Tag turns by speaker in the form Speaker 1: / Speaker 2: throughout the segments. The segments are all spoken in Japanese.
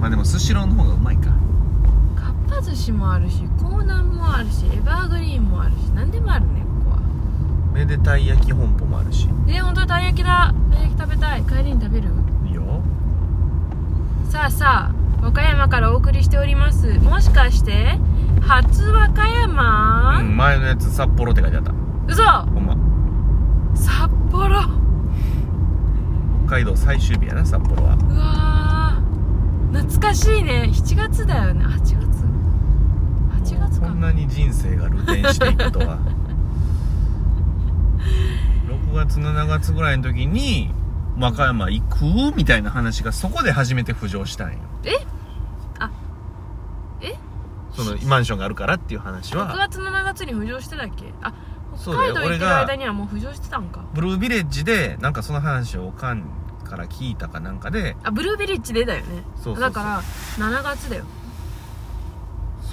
Speaker 1: まあでもスシローの方がうまい
Speaker 2: か
Speaker 1: か
Speaker 2: っぱ寿司もあるし港南もあるしエバーグリーンもあるし何でもあるねここは
Speaker 1: めでたい焼き本舗もあるし
Speaker 2: え本当だたい焼きだたい焼き食べたい帰りに食べる
Speaker 1: いいよ
Speaker 2: さあさあ和歌山からお送りしておりますもしかして初和歌
Speaker 1: う
Speaker 2: 山、
Speaker 1: ん前のやつ札幌って書いてあった
Speaker 2: 嘘
Speaker 1: ほんま
Speaker 2: 札幌
Speaker 1: 北海道最終日やな札幌は
Speaker 2: うわー懐かしいね7月だよね8月8月
Speaker 1: こ
Speaker 2: か
Speaker 1: んなに人生が露転していくと は6月7月ぐらいの時に和歌山行くみたいな話がそこで初めて浮上したんよ
Speaker 2: えあえ
Speaker 1: そのマンションがあるからっていう話
Speaker 2: 6
Speaker 1: は
Speaker 2: 月7月に浮上してたっけあ
Speaker 1: そ
Speaker 2: 北
Speaker 1: うだ
Speaker 2: 海道行っ
Speaker 1: よ
Speaker 2: て
Speaker 1: 俺
Speaker 2: る
Speaker 1: が
Speaker 2: 間にはもう浮上してたんか
Speaker 1: ブルービレッジでなんかその話をおかんから聞いたかなんかで
Speaker 2: あブルーベリッジでだよね
Speaker 1: そうそうそう
Speaker 2: だから7月だよ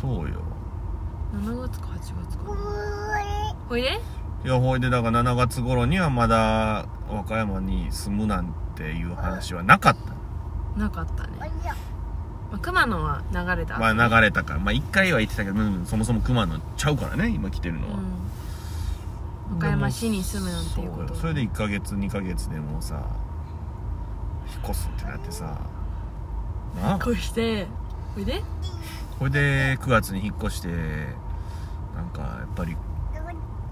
Speaker 1: そうよ
Speaker 2: 7月か8月かほいで
Speaker 1: いやほいでだから7月頃にはまだ和歌山に住むなんていう話はなかった
Speaker 2: なかったね、まあ、熊野は流れた
Speaker 1: まあ流れたからまあ1回は行ってたけど、うんそもそも熊野ちゃうからね今来てるのは、
Speaker 2: うん、和歌山市に住むなんていうこと
Speaker 1: そそれで1ヶ月2ヶ月でもうさ引っ越すってなってさなあ
Speaker 2: こうしてほいで
Speaker 1: ほいで9月に引っ越してなんかやっぱり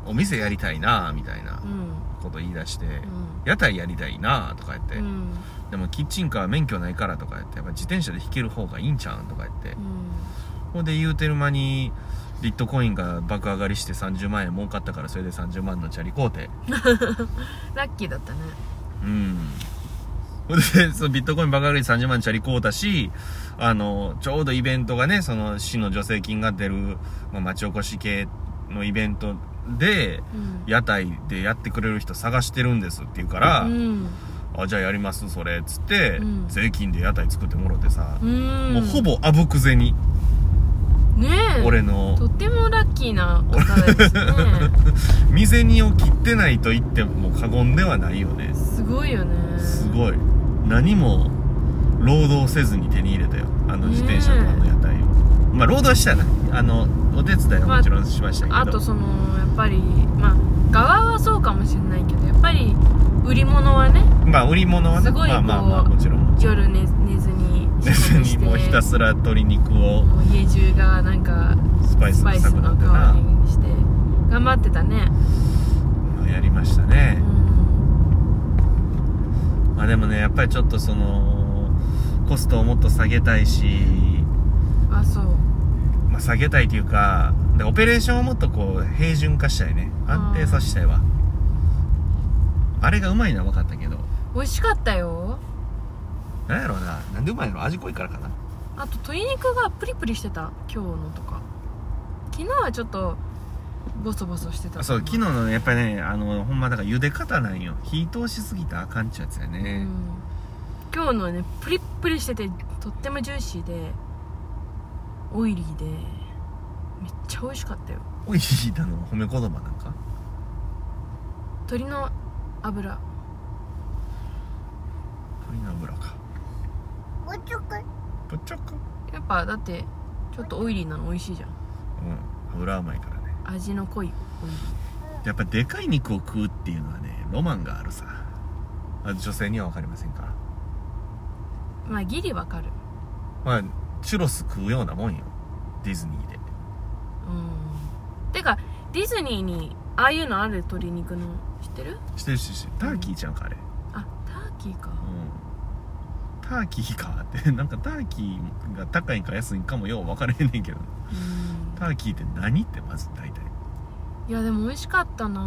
Speaker 1: お店やりたいなあみたいな
Speaker 2: うん
Speaker 1: こと言い出して、
Speaker 2: うん
Speaker 1: 屋台やりたいなあとか言って、
Speaker 2: うん
Speaker 1: でもキッチンカー免許ないからとか言ってやっぱ自転車で引ける方がいいんちゃうんとか言って、
Speaker 2: うん
Speaker 1: ほんで言うてる間にビットコインが爆上がりして30万円儲かったからそれで30万のチャリ買うて
Speaker 2: ラッキーだったね
Speaker 1: うんほんでそのビットコイン爆上がりで30万チャリ買うたしあのちょうどイベントがねその市の助成金が出る、まあ、町おこし系のイベントで
Speaker 2: うん
Speaker 1: 屋台でやってくれる人探してるんですって言うから、
Speaker 2: うん
Speaker 1: あじゃあやりますそれっつって、
Speaker 2: うん
Speaker 1: 税金で屋台作ってもろてさ、
Speaker 2: うん
Speaker 1: もうほぼあぶく銭、
Speaker 2: ねえ
Speaker 1: 俺の
Speaker 2: とってもラッキーな方です ね
Speaker 1: 身銭を切ってないと言っても過言ではないよね
Speaker 2: すごいよね
Speaker 1: す
Speaker 2: い
Speaker 1: ごい何も労働せずに手に入れたよあの自転車とあの屋台を、まあ労働したなあのお手伝いはもちろんしましたけど、
Speaker 2: あとそのやっぱりまあ側はそうかもしれないけどやっぱり売り物はね
Speaker 1: まあ売り物はね
Speaker 2: すごい
Speaker 1: まあまあ
Speaker 2: こう
Speaker 1: まあもちろん
Speaker 2: 夜寝寝ずに仕
Speaker 1: 別
Speaker 2: 込みし
Speaker 1: に
Speaker 2: て
Speaker 1: もうひたすら鶏肉を
Speaker 2: もう家中がなんか
Speaker 1: スパイス
Speaker 2: スパイス
Speaker 1: 臭くな
Speaker 2: の
Speaker 1: って
Speaker 2: 代わ
Speaker 1: な
Speaker 2: りにして頑張ってたね
Speaker 1: まあやりました
Speaker 2: うん
Speaker 1: ね、まあでもねやっぱりちょっとそのコストをもっと下げたいし
Speaker 2: あそう
Speaker 1: まあ、下げたいというかでオペレーションをもっとこう平準化したいね安定させたいわあれがうまいのは分かったけど
Speaker 2: 美味しかったよ
Speaker 1: なんやろうななんでうまいの味濃いからかな
Speaker 2: あと鶏肉がプリプリしてた今日のとか昨日はちょっとボソボソしてた
Speaker 1: あそう昨日のねやっぱりねあのほんまだから茹で方なんよ火通しすぎたらあかんっちゅうやつや
Speaker 2: う
Speaker 1: ね、
Speaker 2: ん今日のねプリップリしててとってもジューシーでオイリーでめっちゃ美味しかったよ
Speaker 1: おいしいだの褒め言葉なんか
Speaker 2: 鶏の油
Speaker 1: 鶏の油かぶっちょく
Speaker 2: やっぱだってちょっとオイリーなの美味しいじゃん
Speaker 1: うん油甘いからね
Speaker 2: 味の濃いオイリ
Speaker 1: やっぱでかい肉を食うっていうのはねロマンがあるさあ女性には分かりませんから
Speaker 2: ーまあギリわかる
Speaker 1: まあチュロス食うようなもんよディズニーで
Speaker 2: うんてかディズニーにああいうのある鶏肉の知ってる
Speaker 1: してるしてるしてるターキーちゃんかあれ
Speaker 2: あターキーか
Speaker 1: うんターキーかって なんかターキーが高いんか安いんかもよう分かれへんねんけど
Speaker 2: うん
Speaker 1: ターキーって何ってまず大体
Speaker 2: いやでも美味しかったな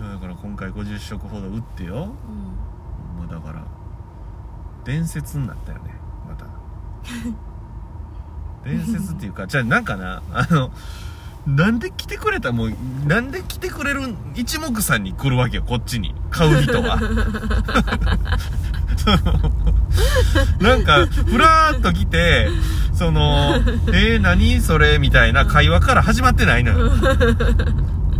Speaker 2: い
Speaker 1: やだから今回50食ほど打ってよ
Speaker 2: ぁうん
Speaker 1: もうだから伝説になったよねまた伝説っていうかじゃあなんかなあのなんで来てくれたもうなんで来てくれる一目散に来るわけよこっちに買う人は そのなんかふらーっと来てその「えー、何それ?」みたいな会話から始まってないのよ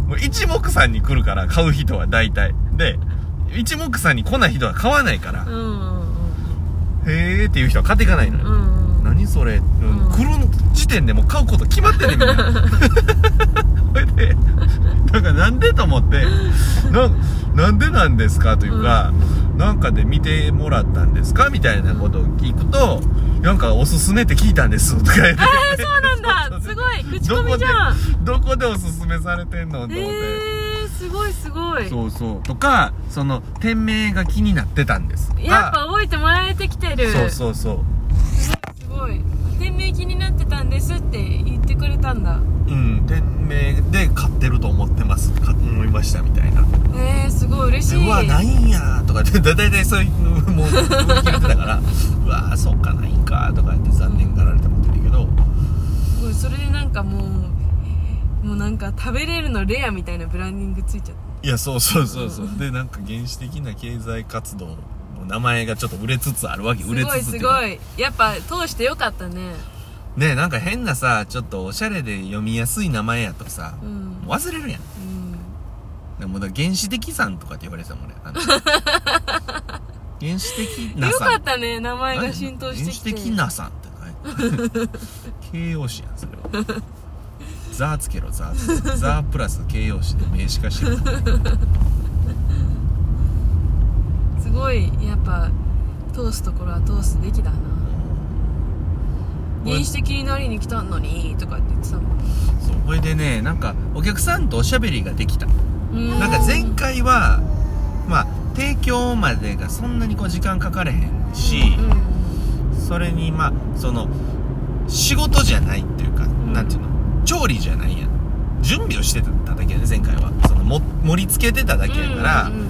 Speaker 1: もう一目散に来るから買う人は大体で一目散に来ない人は買わないから
Speaker 2: うんうんうん
Speaker 1: えへーっていう人は買っていかないの
Speaker 2: う
Speaker 1: よ、
Speaker 2: ん
Speaker 1: 何それ、うん
Speaker 2: うん
Speaker 1: 来る時点でもう買うこと決まってん ねんみんなそれでなんかなんでと思ってななんでなんですかというか、なんかで見てもらったんですかみたいなことを聞くとなんかおすすめって聞いたんですとか 言って
Speaker 2: えー、そうなんだすごい口コミじゃん
Speaker 1: どこでおすすめされてんのと思って、
Speaker 2: えー、すごいすごい
Speaker 1: そうそうとかその店名が気になってたんです
Speaker 2: やっぱ覚えてもらえてきてる
Speaker 1: そうそうそう
Speaker 2: すごい店名気になってたんですって言ってくれたんだ
Speaker 1: うん店名で買ってると思ってますか思いましたみたいなで
Speaker 2: えー、すごい嬉しいう
Speaker 1: わないんやとかって だいたいそういうもう決めてたから うわそっかないんかとか言って残念がられてもってるけど
Speaker 2: すごいそれでなんかもうもうなんか食べれるのレアみたいなブランディングついちゃっ
Speaker 1: いやそうそうそうそうでなんか原始的な経済活動の名前がちょっと売れつつあるわけ
Speaker 2: た
Speaker 1: 売れ
Speaker 2: すごい
Speaker 1: つつって
Speaker 2: す
Speaker 1: うか
Speaker 2: ごいやっぱ通してよかったね
Speaker 1: ねえなんか変なさちょっとおしゃれで読みやすい名前やとさ
Speaker 2: う、ん
Speaker 1: もう忘れるやん
Speaker 2: うん
Speaker 1: でもだから原始的さんとかって言われてたもんね あの原始的な
Speaker 2: よ
Speaker 1: さん
Speaker 2: かったね名前が浸透してきて
Speaker 1: 原始的なさんって何形容詞やんそれはザーつけろザーつけろザープラス形容詞で名詞化してる
Speaker 2: すごいやっぱ通すところは通すべきだな
Speaker 1: 俺
Speaker 2: 原始的になりに来たのにとかって言ってたもん
Speaker 1: そうこれでねなんかお客さんとおしゃべりができた
Speaker 2: うん
Speaker 1: なんか前回はまあ提供までがそんなにこう時間かかれへんし、
Speaker 2: うん
Speaker 1: それにまあその仕事じゃないっていうか、
Speaker 2: ん
Speaker 1: なんていうの調理じゃないやん準備をしてただけやね前回はそのも盛り付けてただけやから、
Speaker 2: うんうんうん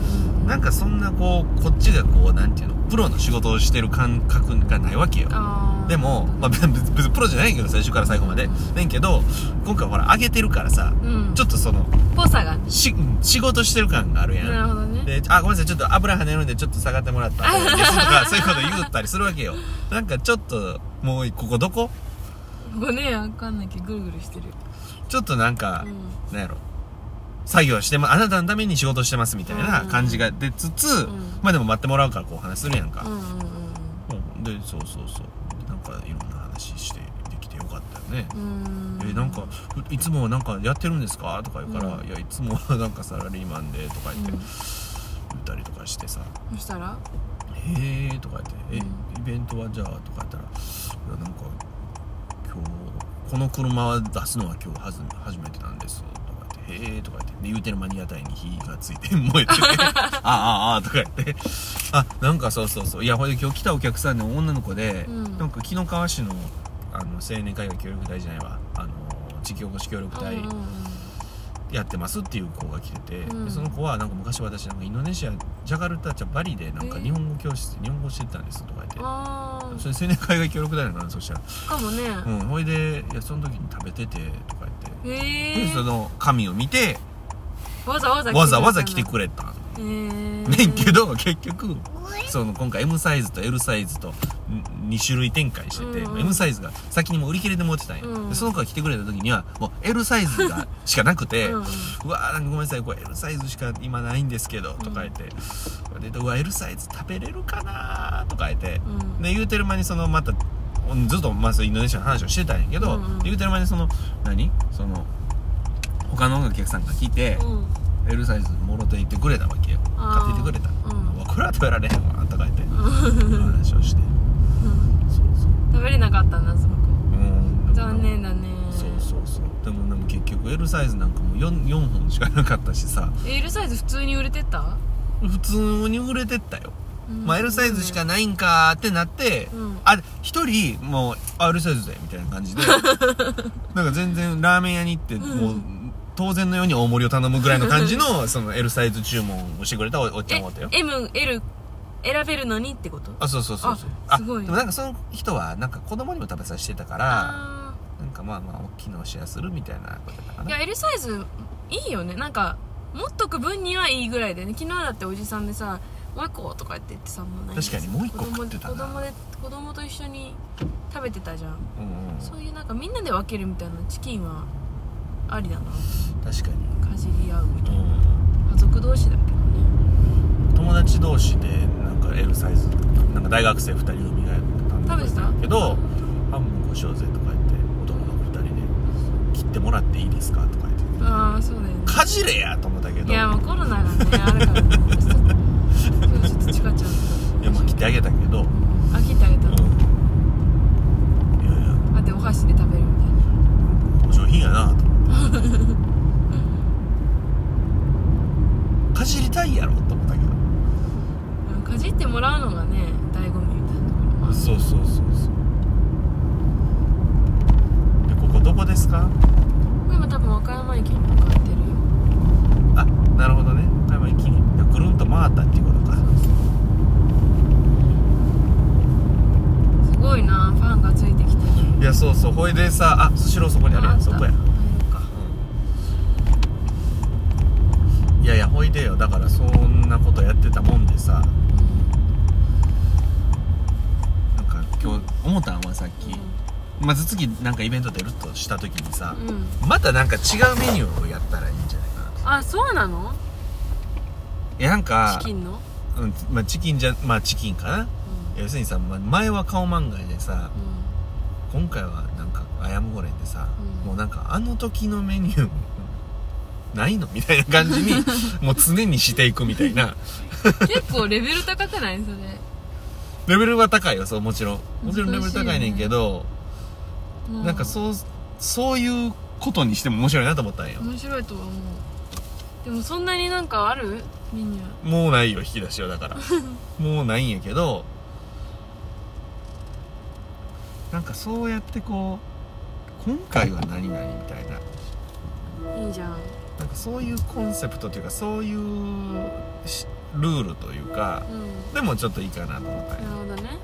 Speaker 1: なんかそんなこうこっちがこうなんていうのプロの仕事をしてる感覚がないわけよ
Speaker 2: あー
Speaker 1: でも、まあ、別別別にプロじゃないけど最初から最後までねんけど今回ほら揚げてるからさ
Speaker 2: うん
Speaker 1: ちょっとその
Speaker 2: ぽさがね
Speaker 1: し仕事してる感があるやん
Speaker 2: なるほどね
Speaker 1: で、あ、ごめんなさい、ちょっと油跳ねるんで、ちょっと下がっても らった方がいいですとか、そういうこと言ったりするわけよ。なんかちょっと、もう、ここどこ
Speaker 2: ここねわかんないけどぐるぐるしてる
Speaker 1: ちょっとなんか
Speaker 2: う、ん
Speaker 1: なんやろ。作業してま、あなたのために仕事してますみたいな感じが出つつ、
Speaker 2: ん
Speaker 1: まあでも待ってもらうからこうお話するやん
Speaker 2: う
Speaker 1: か。
Speaker 2: んうん
Speaker 1: うんで、そうそうそう。なんかいろんな話してできてよかったよね。
Speaker 2: うんうん
Speaker 1: えなんかいつもなんかやってるんですかとか言うから、
Speaker 2: うん
Speaker 1: いやいつもはなんかサラリーマンでとか言って
Speaker 2: うん
Speaker 1: 言ったりとかしてさ、
Speaker 2: そしたら
Speaker 1: へえとか言って「
Speaker 2: う
Speaker 1: えイベントはじゃあ」とか言ったら「いやなんか今日この車は出すのは今日はず初めてなんです」とか言って「へえ」とか言ってで言うてる間に屋台に火がついて燃 えてて「ああああ」とか言って「あなんかそうそうそういやほいで今日来たお客さんの女の子で、
Speaker 2: うん
Speaker 1: なんか紀の川市のあの青年海外協力隊じゃないわあの地域おこし協力隊」
Speaker 2: うんうんうん
Speaker 1: やってますっていう子が来てて、
Speaker 2: うん
Speaker 1: でその子はなんか昔私なんかインドネシアジャカルタじゃバリでなんか
Speaker 2: え
Speaker 1: 日本語教室で日本語教えてたんですとか言って。
Speaker 2: あ
Speaker 1: それ青年海外協力隊なのかなそしたら「
Speaker 2: あかもね
Speaker 1: うんほいでいやその時に食べてて」とか言って、
Speaker 2: へ
Speaker 1: でそ
Speaker 2: え
Speaker 1: の紙を見て
Speaker 2: わざわざ
Speaker 1: わざわざ来て
Speaker 2: れ
Speaker 1: くれたの
Speaker 2: たんだへえ
Speaker 1: ねんけど結局その今回 M サイズと L サイズとん2種類展開してて、
Speaker 2: うん
Speaker 1: M サイズが先にもう売り切れて持ってたんや、
Speaker 2: うん
Speaker 1: でその子が来てくれた時にはもう L サイズがしかなくて、
Speaker 2: うん
Speaker 1: うわーなんかごめんなさいこれ L サイズしか今ないんですけど」とか言って「でうわ L サイズ食べれるかな?」とか言って
Speaker 2: うん
Speaker 1: で言うてる間にそのまたずっとまずインドネシアの話をしてたんやけど、
Speaker 2: うんうん
Speaker 1: 言うてる間にその何その他のお客さんが来て、
Speaker 2: うん
Speaker 1: L サイズもろていってくれたわけよ
Speaker 2: あー
Speaker 1: 買っていってくれた、
Speaker 2: うん
Speaker 1: うわこれは食べられへんわとか言って話をして
Speaker 2: うん
Speaker 1: そうそう
Speaker 2: 食べれなかったんだその子
Speaker 1: うん
Speaker 2: 残念だね
Speaker 1: そうそうそうでもでも結局 L サイズなんかもう 4, 4本しかなかったしさ
Speaker 2: L サイズ普通に売れてた、
Speaker 1: 普通に売れてったよ、
Speaker 2: うん
Speaker 1: まあ L サイズしかないんかーってなって、
Speaker 2: うん
Speaker 1: あ一人もうあ L サイズでみたいな感 じでなんか全然ラーメン屋に行ってもう、当然のように大盛りを頼むぐらいの感じのその L サイズ注文をしてくれたおおっちゃんおったよ
Speaker 2: え ML 選べるのにってこと
Speaker 1: あそうそうそうそう
Speaker 2: あすごい
Speaker 1: でもなんかその人はなんか子供にも食べさせてたから
Speaker 2: あ
Speaker 1: なんかまあまあ大きなおシェアするみたいなことだったか
Speaker 2: ーい
Speaker 1: な
Speaker 2: や L サイズいいよねなんか持っとく分にはいいぐらいでね昨日だっておじさんでさもう一個とか言って言ってさもうない
Speaker 1: 確かにもう一個食ってたな
Speaker 2: 子供で子供と一緒に食べてたじゃん
Speaker 1: うんうん
Speaker 2: そういうなんかみんなで分けるみたいなチキンはありだな
Speaker 1: 確かに
Speaker 2: かじり合うみた
Speaker 1: う
Speaker 2: いなん家族同士だけどね
Speaker 1: 友達同士でなんか L サイズなんか大学生2人組が食べてたんやけど「半分こしようぜ」とか言って男の子2人で「切ってもらっていいですか?」とか言って
Speaker 2: ああそうだよね
Speaker 1: 「かじれや!」と思ったけど
Speaker 2: いやもうコロナがねあるからねちょっと今日ちょっとチカちゃんと
Speaker 1: いやまあ切ってあげたけど、うん、
Speaker 2: あ切ってあげたの
Speaker 1: いやいや
Speaker 2: あでお箸で食べるみたいな
Speaker 1: お上品やなと思ってかじりたいやろと思ったけど
Speaker 2: うんかじってもらうのがね醍醐味みたいなところもある
Speaker 1: そうそうそうそうでここどこですか
Speaker 2: 今多分和歌山駅に向かってるよ
Speaker 1: あなるほどね岡山駅にぐるんと回ったっていうことか
Speaker 2: すごいなファンがついてきてる
Speaker 1: いやそうそうほいでさあスシローそこにあるやんそこや
Speaker 2: 入るか
Speaker 1: いやいやほいでよだからそんなことやってたもんでさなんか今日思ったんはさっき、まず次なんかイベント出るとした時にさ、
Speaker 2: うん、うん
Speaker 1: またなんか違うメニューをやったらいいんじゃないかなと
Speaker 2: あそうなの
Speaker 1: いやなんか
Speaker 2: チキンの、
Speaker 1: うんまあ、チキンじゃまあチキンかな
Speaker 2: うん
Speaker 1: 要するにさ、まあ、前は顔漫画でさ
Speaker 2: う、ん
Speaker 1: 今回はなんかアヤムゴレンでさ、
Speaker 2: うん
Speaker 1: もうなんかあの時のメニューないのみたいな感 じにもう常にしていくみたいな
Speaker 2: 結構レベル高くないそれ
Speaker 1: レベルは高いよそうもちろんもちろんレベル高いねんけど、
Speaker 2: もう
Speaker 1: なんかそうそういうことにしても面白いなと思ったんよ、
Speaker 2: 面白いとは思うでもそんなになんかあるメニュー
Speaker 1: もうないよ引き出しは だからもうないんやけどなんかそうやってこう今回は何々みたいない
Speaker 2: いじゃん
Speaker 1: なんかそういうコンセプトというかそういうしルールというか
Speaker 2: うん
Speaker 1: でもちょっといいかなと思ったんや
Speaker 2: なるほどね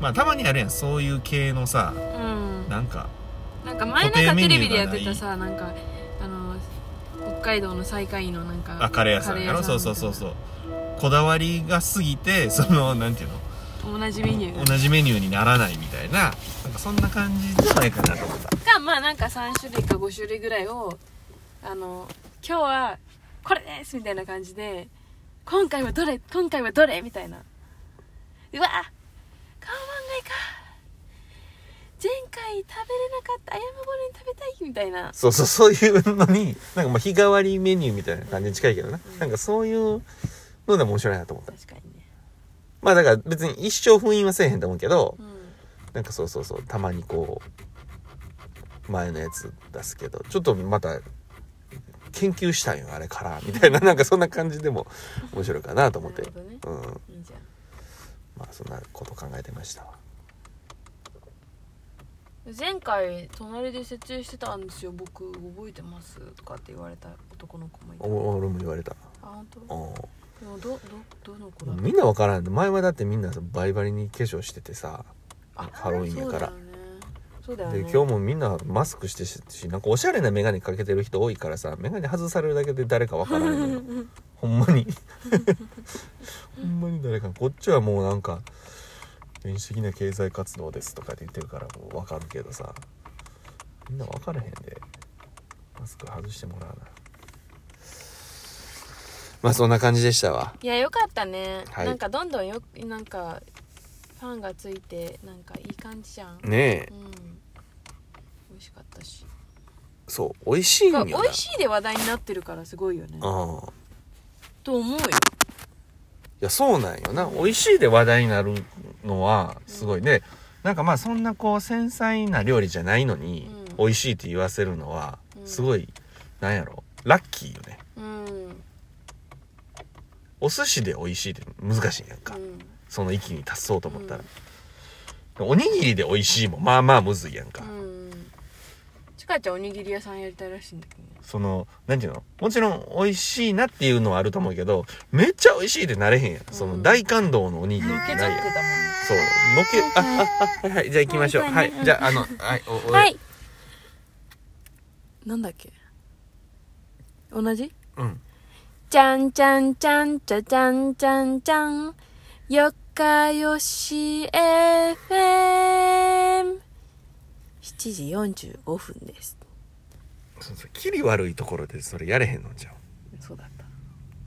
Speaker 1: まあたまにあるやんそういう系のさ
Speaker 2: うん
Speaker 1: なんか
Speaker 2: なんか前なんかテレビでやってたさなんかあの北海道の最下位のなんか
Speaker 1: あカレー屋さんやろそうそうそうそうこだわりが過ぎてそのなんていうの
Speaker 2: う同じメニュー
Speaker 1: 同じメニューにならないみたいななんかそんな感じじゃないかなと思った
Speaker 2: がまあなんか3種類か5種類ぐらいをあの今日はこれですみたいな感じで今回はどれ今回はどれみたいなうわ顔漫画いか前回食べれなかったあやむごれん食べたいみたいな
Speaker 1: そうそうそういうのになんかまあ日替わりメニューみたいな感じに近いけどななんかそういうのでも面白いなと思った
Speaker 2: 確かにね
Speaker 1: まあだから別に一生封印はせえへんと思うけど
Speaker 2: う
Speaker 1: なんかそうそうそうたまにこう前のやつ出すけどちょっとまた研究したんよあれからみたいななんかそんな感じでも面白いかなと思っ
Speaker 2: な
Speaker 1: て
Speaker 2: るほどね
Speaker 1: うん
Speaker 2: んいいじゃん
Speaker 1: まあそんなこと考えてましたわ
Speaker 2: 前回隣で設営してたんですよ僕覚えてますとかって言われた男の子もいたあ
Speaker 1: お俺も言われた
Speaker 2: 本当
Speaker 1: おー
Speaker 2: でもどどどの子だ
Speaker 1: みんなわからん前はだってみんなバリバリに化粧しててさ
Speaker 2: あ
Speaker 1: ハロウィンやから
Speaker 2: そうだよねそうだ
Speaker 1: で
Speaker 2: よね
Speaker 1: 今日もみんなマスクしてしなんかおしゃれな眼鏡かけてる人多いからさ眼鏡外されるだけで誰かわからないのよほんまにほんまに誰かこっちはもうなんか民主的な経済活動ですとかって言ってるからもうわかるけどさみんなわからへんでマスク外してもらわなまあそんな感じでしたわ
Speaker 2: いやよかったね、
Speaker 1: はい
Speaker 2: なんかどんどんよなんかファンがついてなんかいい感じじゃん、
Speaker 1: ねえ
Speaker 2: うん美味しかったし
Speaker 1: そう美味しいんよな
Speaker 2: 美味しいで話題になってるからすごいよね
Speaker 1: うん
Speaker 2: と思うよ
Speaker 1: いやそうなんよな美味しいで話題になるのはすごいね、なんかまあそんなこう繊細な料理じゃないのに、
Speaker 2: うん
Speaker 1: 美味しいって言わせるのは
Speaker 2: うん
Speaker 1: すごい、なんやろラッキーよね
Speaker 2: うん、うん、
Speaker 1: お寿司で美味しいって難しいやんか、その域に達そうと思ったら、おにぎりで美味しいもまあまあむずいやんか、
Speaker 2: うんちかちゃんおにぎり屋さんやりたいらしいんだけどね
Speaker 1: そのなんていうのもちろん美味しいなっていうのはあると思うけどめっちゃ美味しいってなれへんやん、その大感動のおにぎりっ
Speaker 2: 受
Speaker 1: て
Speaker 2: け
Speaker 1: な
Speaker 2: 取
Speaker 1: い
Speaker 2: っ
Speaker 1: やん
Speaker 2: てたもんね
Speaker 1: そう、のけ、あ、あ、あ、はい、はい、じゃあ行きましょう。
Speaker 2: は
Speaker 1: はいい
Speaker 2: はい、
Speaker 1: じゃあ、あの、はい、お、お、
Speaker 2: はい。なんだっけ同じ
Speaker 1: うん。
Speaker 2: じゃんじゃんじゃんじゃじゃんじゃんじゃん。よかよし FM。7時45分です。
Speaker 1: そうそう、キリ悪いところでそれやれへんのじゃん。
Speaker 2: そうだっ